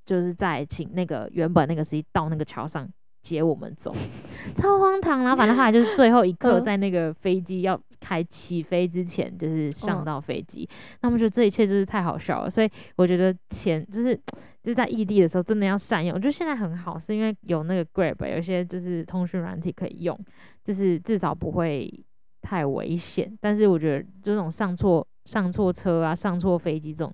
Speaker 1: 就是再请那个原本那个司机到那个桥上接我们走， 超荒唐。然后反正后来就是最后一刻，
Speaker 2: 嗯
Speaker 1: 在那个飞机要开起飞之前，就是上
Speaker 2: 嗯
Speaker 1: 到飞机。那我觉得这一切就是太好笑了，所以我觉得钱就是。就是在异地的时候，真的要善用。我觉得现在很好，是因为有那个 Grab，有一些就是通讯软体可以用，就是至少不会太危险。但是我觉得就这种上错上错车啊、上错飞机这种，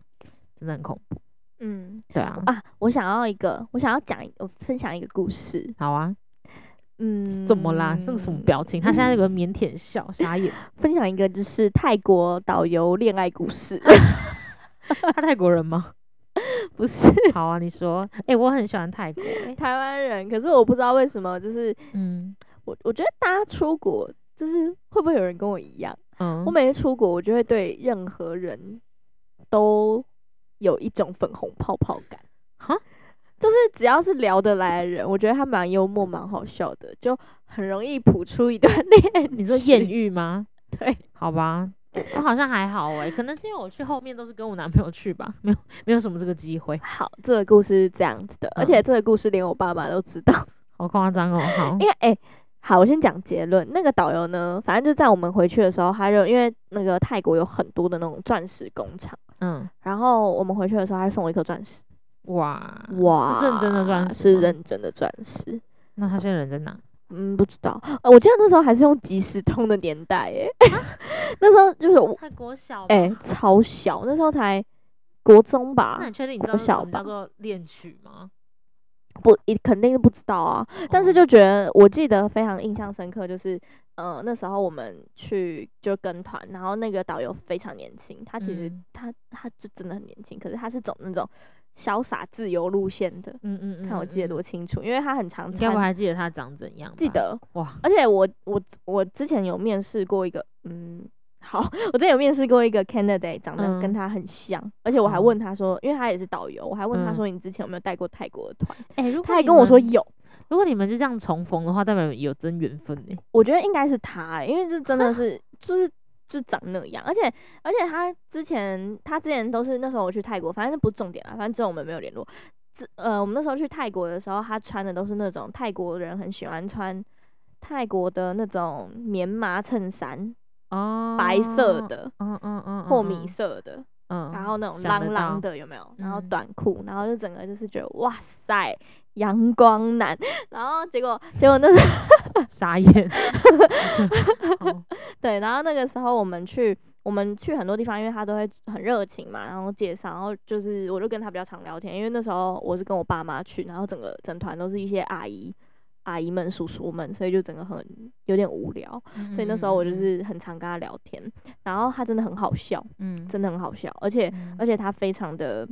Speaker 1: 真的很恐怖。
Speaker 2: 嗯
Speaker 1: 对啊，
Speaker 2: 啊，我想要一个，我想要讲一个，我分享一个故事。
Speaker 1: 好啊，
Speaker 2: 嗯，
Speaker 1: 怎么啦？这个什么表情？他现在有个腼腆笑，傻眼。
Speaker 2: 分享一个就是泰国导游恋爱故 事，
Speaker 1: 他泰国人吗？
Speaker 2: 不是
Speaker 1: 好啊，你说。哎、我很喜欢泰国、欸。
Speaker 2: 台湾人，可是我不知道为什么，就是
Speaker 1: 嗯
Speaker 2: 我我觉得大家出国，就是会不会有人跟我一样？
Speaker 1: 嗯，
Speaker 2: 我每次出国，我就会对任何人都有一种粉红泡泡感。
Speaker 1: 哈，
Speaker 2: 就是只要是聊得来的人，我觉得他蛮幽默、蛮好笑的，就很容易谱出一段恋。
Speaker 1: 你说艳？遇吗？
Speaker 2: 对，
Speaker 1: 好吧，我好像还好哎、可能是因为我去后面都是跟我男朋友去吧，没有没有什么这个机会，
Speaker 2: 好，这个故事是这样子的，而
Speaker 1: 嗯
Speaker 2: 且这个故事连我爸妈都知道。
Speaker 1: 好夸张哦。好，
Speaker 2: 因为哎、好，我先讲结论。那个导游呢，反正就在我们回去的时候，他就因为那个泰国有很多的那种钻石工厂，
Speaker 1: 嗯，
Speaker 2: 然后我们回去的时候，他就送我一颗钻石。
Speaker 1: 哇
Speaker 2: 哇，
Speaker 1: 嗯是认真的钻石，
Speaker 2: 是。认真的钻石。
Speaker 1: 那他现在人在哪？
Speaker 2: 嗯，不知道。呃，我记得那时候还是用即时通的年代，哎， 那时候就是我，
Speaker 1: 泰国啊小吧
Speaker 2: 哎、超小，那时候才国中吧
Speaker 1: 那你，确定你知道
Speaker 2: 国
Speaker 1: 是
Speaker 2: 小
Speaker 1: 什么
Speaker 2: 吧
Speaker 1: 叫做恋曲吗？
Speaker 2: 不，一肯定是不知道啊。但是
Speaker 1: 哦
Speaker 2: 就觉得，我记得非常印象深刻，就是，呃，那时候我们去就跟团，然后那个导游非常年轻，他其实、
Speaker 1: 嗯
Speaker 2: 他他就真的很年轻，可是他是走那种潇洒自由路线的。
Speaker 1: 嗯嗯嗯，
Speaker 2: 看我记得
Speaker 1: 嗯，
Speaker 2: 多清楚，因为他很常
Speaker 1: 你该不
Speaker 2: 穿，
Speaker 1: 还记得他长怎样吧？
Speaker 2: 记得
Speaker 1: 哇，
Speaker 2: 而且我我我之前有面试过一个，嗯，好，我之前有面试过一个 candidate，长得
Speaker 1: 嗯
Speaker 2: 跟他很像，而且我还
Speaker 1: 嗯
Speaker 2: 问他说，因为他也是导游，我还问他
Speaker 1: 嗯
Speaker 2: 说你之前有没有带过泰国的团，
Speaker 1: 哎、如果
Speaker 2: 他还
Speaker 1: 你
Speaker 2: 跟我说
Speaker 1: 们，
Speaker 2: 有，
Speaker 1: 如果你们就这样重逢的话，代表有真缘分哎、
Speaker 2: 我觉得应该是他、欸，因为这真的是 就是就长那样，而且而且他之前他之前都是那时候我去泰国，反正不是重点啦，反正之后我们没有联络。之呃，我们那时候去泰国的时候，他穿的都是那种泰国人很喜欢穿泰国的那种棉麻衬衫，
Speaker 1: 哦，
Speaker 2: 白色，的
Speaker 1: 嗯嗯嗯，
Speaker 2: 或
Speaker 1: 嗯
Speaker 2: 米，色的，
Speaker 1: 嗯，
Speaker 2: 然后那种
Speaker 1: 想
Speaker 2: 浪
Speaker 1: 得
Speaker 2: 浪
Speaker 1: 到，
Speaker 2: 的有没有？然后
Speaker 1: 嗯
Speaker 2: 短裤，然后就整个就是觉得哇塞，阳光男。 然后结果结果那时候。
Speaker 1: 傻眼。 好
Speaker 2: 对，然后那个时候我们去，我们去很多地方，因为他都会很热情嘛，然后介绍，然后就是我就跟他比较常聊天，因为那时候我是跟我爸妈去，然后整个整团都是一些阿姨、阿姨们、叔叔们，所以就整个很有点无聊，
Speaker 1: 嗯
Speaker 2: 所以那时候我就，是很常跟他聊天，然后他真的很好笑，
Speaker 1: 嗯，
Speaker 2: 真的很好笑，而且
Speaker 1: 嗯
Speaker 2: 而且他非常的。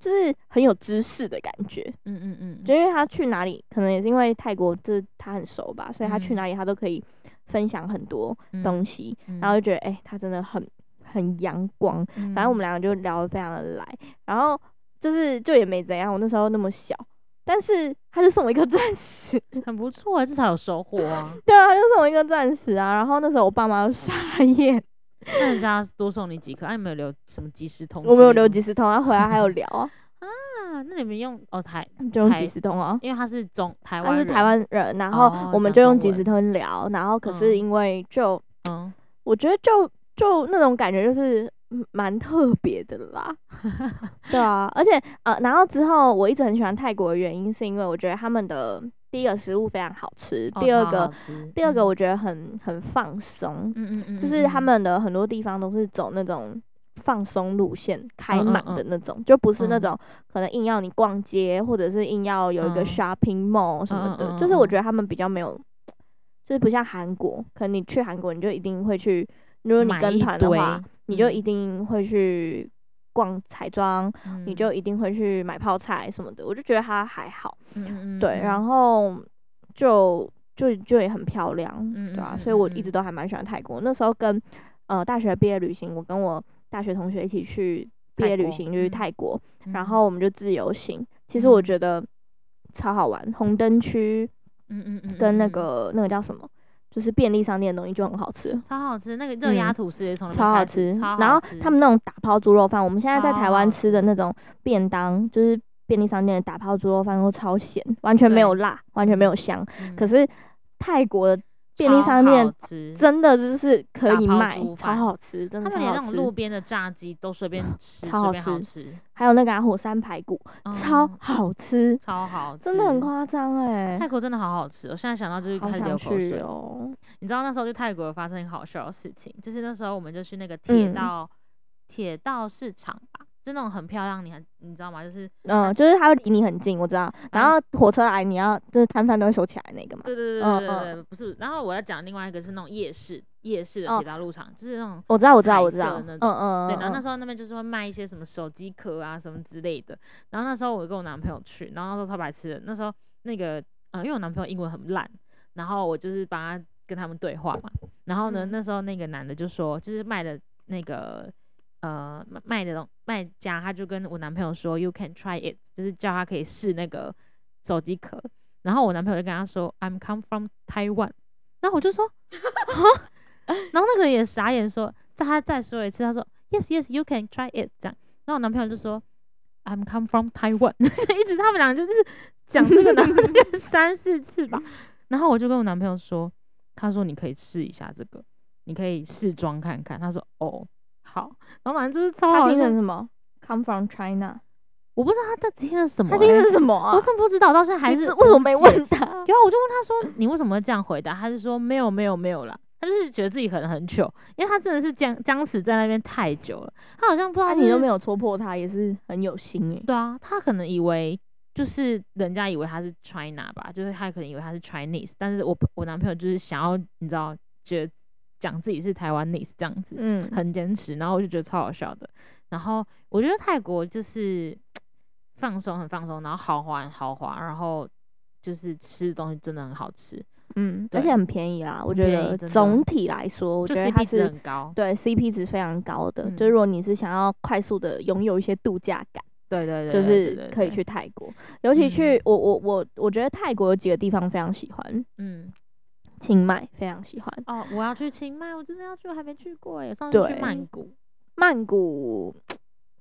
Speaker 2: 就是很有知识的感觉，
Speaker 1: 嗯嗯嗯，
Speaker 2: 就因为他去哪里，可能也是因为泰国这他很熟吧，所以他去
Speaker 1: 嗯
Speaker 2: 哪里他都可以分享很多
Speaker 1: 嗯
Speaker 2: 东西。
Speaker 1: 嗯
Speaker 2: 然后就觉得哎、他真的很很阳光，
Speaker 1: 反
Speaker 2: 反正我们两个就聊得非常的来，然后就是就也没怎样，我那时候那么小，但是他就送我一颗钻 石，
Speaker 1: 很不错啊，至少有收获啊。
Speaker 2: 对啊，他就送我一颗钻石啊，然后那时候我爸妈都傻眼，
Speaker 1: 那人家多送你几颗，啊，你们有留什么即时通之类的
Speaker 2: 我
Speaker 1: 吗？
Speaker 2: 没有留即时通，他回来还有 聊啊，
Speaker 1: 啊，那你们用哦台，
Speaker 2: 就用
Speaker 1: 台
Speaker 2: 即时通啊。
Speaker 1: 因为他是中台湾
Speaker 2: 他是
Speaker 1: 人，
Speaker 2: 台湾人，然
Speaker 1: 哦
Speaker 2: 后我们
Speaker 1: 讲
Speaker 2: 就用
Speaker 1: 中
Speaker 2: 即
Speaker 1: 文
Speaker 2: 时通聊，然后可是
Speaker 1: 嗯
Speaker 2: 因为就、
Speaker 1: 嗯，
Speaker 2: 我觉得就就那种感觉就是 嗯蛮特别的啦， 对啊，而且呃，然后之后我一直很喜欢泰国的原因是因为我觉得他们的第一个食物非常好吃，
Speaker 1: 哦
Speaker 2: 第二
Speaker 1: 超
Speaker 2: 个
Speaker 1: 好吃
Speaker 2: 第二个
Speaker 1: 嗯
Speaker 2: 我觉得很很放松，
Speaker 1: 嗯嗯嗯，
Speaker 2: 就是他
Speaker 1: 嗯
Speaker 2: 们的很多地方都是走那种。放松路线，开
Speaker 1: 嗯嗯
Speaker 2: 满
Speaker 1: 嗯
Speaker 2: 的那种，就不是那
Speaker 1: 嗯
Speaker 2: 种可能硬要你逛街，或者是硬要有一个
Speaker 1: 嗯
Speaker 2: shopping mall 什么的。
Speaker 1: 嗯嗯嗯
Speaker 2: 就是我
Speaker 1: 嗯
Speaker 2: 觉得他们比较没有，就是不像韩国，可能你去韩国你就一定会去，如果你
Speaker 1: 嗯买
Speaker 2: 跟
Speaker 1: 一
Speaker 2: 团的
Speaker 1: 堆
Speaker 2: 话，你就
Speaker 1: 嗯
Speaker 2: 一定会去逛彩妆，
Speaker 1: 嗯
Speaker 2: 你就一定会去买泡菜什么的，我就觉得它还好，
Speaker 1: 嗯嗯嗯
Speaker 2: 对，
Speaker 1: 后
Speaker 2: 然后就就就也很漂亮，对啊
Speaker 1: 嗯嗯，
Speaker 2: 所以我
Speaker 1: 嗯
Speaker 2: 一直
Speaker 1: 嗯
Speaker 2: 都还蛮喜欢泰国。那时候跟呃大学毕业旅行，我跟我大学同学一起去毕
Speaker 1: 泰
Speaker 2: 业旅
Speaker 1: 国
Speaker 2: 行，就是
Speaker 1: 嗯
Speaker 2: 泰国，然后我们就自由行，其实我
Speaker 1: 嗯
Speaker 2: 觉得超好玩，红灯区
Speaker 1: 嗯嗯嗯
Speaker 2: 跟那
Speaker 1: 嗯
Speaker 2: 个那个叫什么，就是便利商店的东西就很好吃。
Speaker 1: 超好吃，那个热压
Speaker 2: 嗯
Speaker 1: 吐司也哦从那边
Speaker 2: 超好
Speaker 1: 开始
Speaker 2: 吃，
Speaker 1: 超
Speaker 2: 然
Speaker 1: 好
Speaker 2: 后
Speaker 1: 吃
Speaker 2: 他们那种打抛猪肉饭，我们现在在
Speaker 1: 超
Speaker 2: 台湾
Speaker 1: 好
Speaker 2: 吃的那种便当，就是便利商店的打抛猪肉饭都超咸，完全没有
Speaker 1: 对
Speaker 2: 辣，完全没有香。
Speaker 1: 嗯
Speaker 2: 可是泰国的便利
Speaker 1: 超
Speaker 2: 商
Speaker 1: 好
Speaker 2: 店
Speaker 1: 吃
Speaker 2: 真的就是可
Speaker 1: 打
Speaker 2: 以
Speaker 1: 抛
Speaker 2: 卖
Speaker 1: 猪，
Speaker 2: 超
Speaker 1: 饭
Speaker 2: 好吃，真
Speaker 1: 他
Speaker 2: 的
Speaker 1: 们
Speaker 2: 超
Speaker 1: 连那
Speaker 2: 好
Speaker 1: 种
Speaker 2: 吃
Speaker 1: 路。边的炸鸡都随便吃，
Speaker 2: 超
Speaker 1: 随
Speaker 2: 好
Speaker 1: 便好
Speaker 2: 吃
Speaker 1: 吃，
Speaker 2: 还有那个啊火山排骨，超
Speaker 1: 嗯
Speaker 2: 好吃，
Speaker 1: 超好吃，
Speaker 2: 真的很夸张哎
Speaker 1: 泰，国真的好好吃，我哦现在想到就是
Speaker 2: 好
Speaker 1: 开始流
Speaker 2: 想
Speaker 1: 口水
Speaker 2: 去。哦。
Speaker 1: 你知道那时候去泰国有发生很好笑的事情，就是那时候我们就去那个铁
Speaker 2: 嗯
Speaker 1: 道铁、道市场吧，就那种很漂亮，你还你知道吗？就是
Speaker 2: 嗯，就是它会离你很近，我知道。然
Speaker 1: 嗯
Speaker 2: 后火车来，你要就是摊贩都会收起来那个嘛。
Speaker 1: 对对对
Speaker 2: 嗯
Speaker 1: 对对对，
Speaker 2: 嗯
Speaker 1: 不是。然后我要讲另外一个是那种夜市夜市的
Speaker 2: 哦
Speaker 1: 铁道路场，就是那种
Speaker 2: 我知道，我知
Speaker 1: 彩
Speaker 2: 道，我知
Speaker 1: 色的
Speaker 2: 道。嗯
Speaker 1: 那
Speaker 2: 嗯
Speaker 1: 种
Speaker 2: 嗯。
Speaker 1: 对，然
Speaker 2: 嗯
Speaker 1: 后那时候那边就是会卖一些什么手机壳啊什么之类的。然后那时候我跟我男朋友去，然后那时候超白痴的，那时候那个呃，因为我男朋友英文很烂，然后我就是帮他跟他们对话嘛。然后呢，
Speaker 2: 嗯
Speaker 1: 那时候那个男的就说，就是卖的那个呃卖卖的东卖家，他就跟我男朋友说，You can try it，就是叫他可以试那个手机壳。然后我男朋友就跟他说，I'm come from Taiwan。然后我就说，啊， 然后那个人也傻眼说，再他再说一次，他说 Yes, yes, you can try it 这样。然后我男朋友就说 I'm come from Taiwan，就 一直他们两个就是讲这个，然后这 个三四次吧。然后我就跟我男朋友说，他说你可以试一下这个，你可以试装看看。他说哦，好。然后反正就是超
Speaker 2: 他
Speaker 1: 好
Speaker 2: 听
Speaker 1: 笑
Speaker 2: 成，什么？Come from China。
Speaker 1: 我不知道他到底听了什么、
Speaker 2: 他听
Speaker 1: 欸
Speaker 2: 成什么啊？
Speaker 1: 我真不知道，到现在还
Speaker 2: 你
Speaker 1: 是
Speaker 2: 这为什么
Speaker 1: 无
Speaker 2: 没
Speaker 1: 解
Speaker 2: 问他？
Speaker 1: 有啊，我 就问他说：“你为什么会这样回答？”他是说：“没有，没有，没有啦。”他就是觉得自己可能很糗，因为他真的是僵僵死在那边太久了。他好像不知道、
Speaker 2: 那你都没
Speaker 1: 有
Speaker 2: 有戳破他，也是很有心哎。
Speaker 1: 对啊，他可能以为就是人家以为他是 China 吧，就是他可能以为他是 Chinese，但是我我男朋友就是想要你知道，觉得讲自己是台湾 nese 这样子，
Speaker 2: 嗯，
Speaker 1: 很坚持，然后我就觉得超好笑的。然后我觉得泰国就是放松，很放松，然后豪华很豪华，然后就是吃的东西真的很好吃，
Speaker 2: 嗯，
Speaker 1: 对
Speaker 2: 而且很便宜啦。我
Speaker 1: 很
Speaker 2: 觉
Speaker 1: 便宜
Speaker 2: 得
Speaker 1: 真的
Speaker 2: 总体来说，我
Speaker 1: 就
Speaker 2: 觉得
Speaker 1: CP
Speaker 2: 它
Speaker 1: 值
Speaker 2: 是
Speaker 1: 很高。
Speaker 2: 对 CP 值非常高的。
Speaker 1: 嗯
Speaker 2: 就是如果你是想要快速的拥有一些度假感，
Speaker 1: 对对对，对
Speaker 2: 就是可以，
Speaker 1: 对对嗯
Speaker 2: 去泰国。尤其去我我我我觉得泰国有几个地方非常喜欢，
Speaker 1: 嗯，
Speaker 2: 清迈非常喜欢，
Speaker 1: 哦，我要去清迈，我真的要去，我还没去过耶，上次去
Speaker 2: 对
Speaker 1: 曼谷，
Speaker 2: 曼谷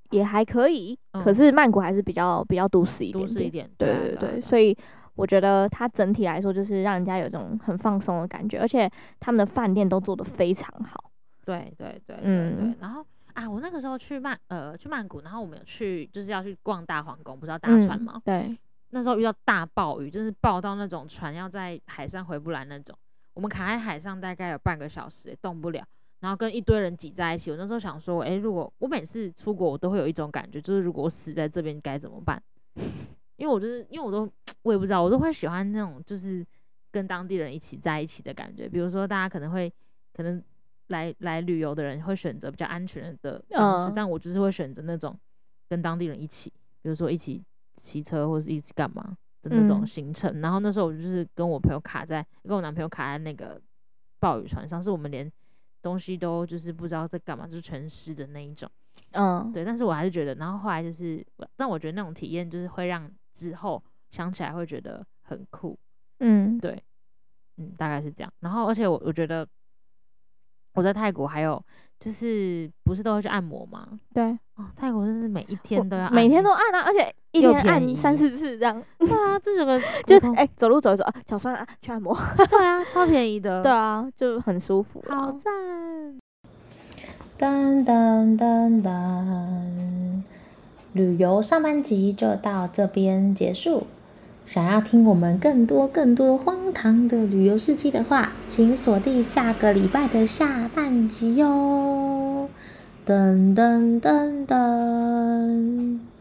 Speaker 2: 也还可以，可
Speaker 1: 嗯
Speaker 2: 是曼谷还是比较比较都市一
Speaker 1: 都
Speaker 2: 点
Speaker 1: 市
Speaker 2: 点
Speaker 1: 一。点，啊
Speaker 2: 对对
Speaker 1: 啊
Speaker 2: 对，
Speaker 1: 啊
Speaker 2: 所以我觉得它整体来说就是让人家有一种很放松的感觉，而且他们的饭店都做得非常好。
Speaker 1: 对对对对对
Speaker 2: 嗯，
Speaker 1: 然后啊，我那个时候去曼呃去曼谷，然后我们有去就是要去逛大皇宫，不是要搭船吗？
Speaker 2: 嗯对，
Speaker 1: 那时候遇到大暴雨，就是暴到那种船要在海上回不来那种。我们卡在海上大概有半个小时、欸，动不了，然后跟一堆人挤在一起。我那时候想说，诶、如果我每次出国，我都会有一种感觉，就是如果我死在这边该怎么办？ 因为我就是因为我都我也不知道，我都会喜欢那种就是跟当地人一起在一起的感觉。比如说，大家可能会可能来来旅游的人会选择比较安全的方式，
Speaker 2: 嗯
Speaker 1: 但我就是会选择那种跟当地人一起，比如说一起骑车或是一起干嘛的那种
Speaker 2: 嗯
Speaker 1: 行程。然后那时候我就是跟我朋友卡在，跟我男朋友卡在那个暴雨船上，是我们连东西都就是不知道在干嘛，就是全湿的那一种。
Speaker 2: 嗯，
Speaker 1: 对，但是我还是觉得，然后后来就是，但我觉得那种体验就是会让之后想起来会觉得很酷，
Speaker 2: 嗯，
Speaker 1: 对嗯，大概是这样。然后而且我我觉得我在泰国还有就是不是都会去按摩吗？
Speaker 2: 对，
Speaker 1: 哦，泰国真是每一
Speaker 2: 我
Speaker 1: 天都要按摩，
Speaker 2: 每天都按啊，而且一
Speaker 1: 又
Speaker 2: 天按
Speaker 1: 便
Speaker 2: 三
Speaker 1: 宜
Speaker 2: 四次这样，
Speaker 1: 对啊，这整个
Speaker 2: 就
Speaker 1: 就
Speaker 2: 哎、走路走一走，啊脚酸啊，去按摩。
Speaker 1: 对啊，超便宜的，
Speaker 2: 对，啊，就很舒服啊啦。
Speaker 1: 好赞。
Speaker 3: 噔噔噔噔，旅游上半集就到这边结束。想要听我们更多更多荒唐的旅游事迹的话，请锁定下个礼拜的下半集哟、噔噔噔噔。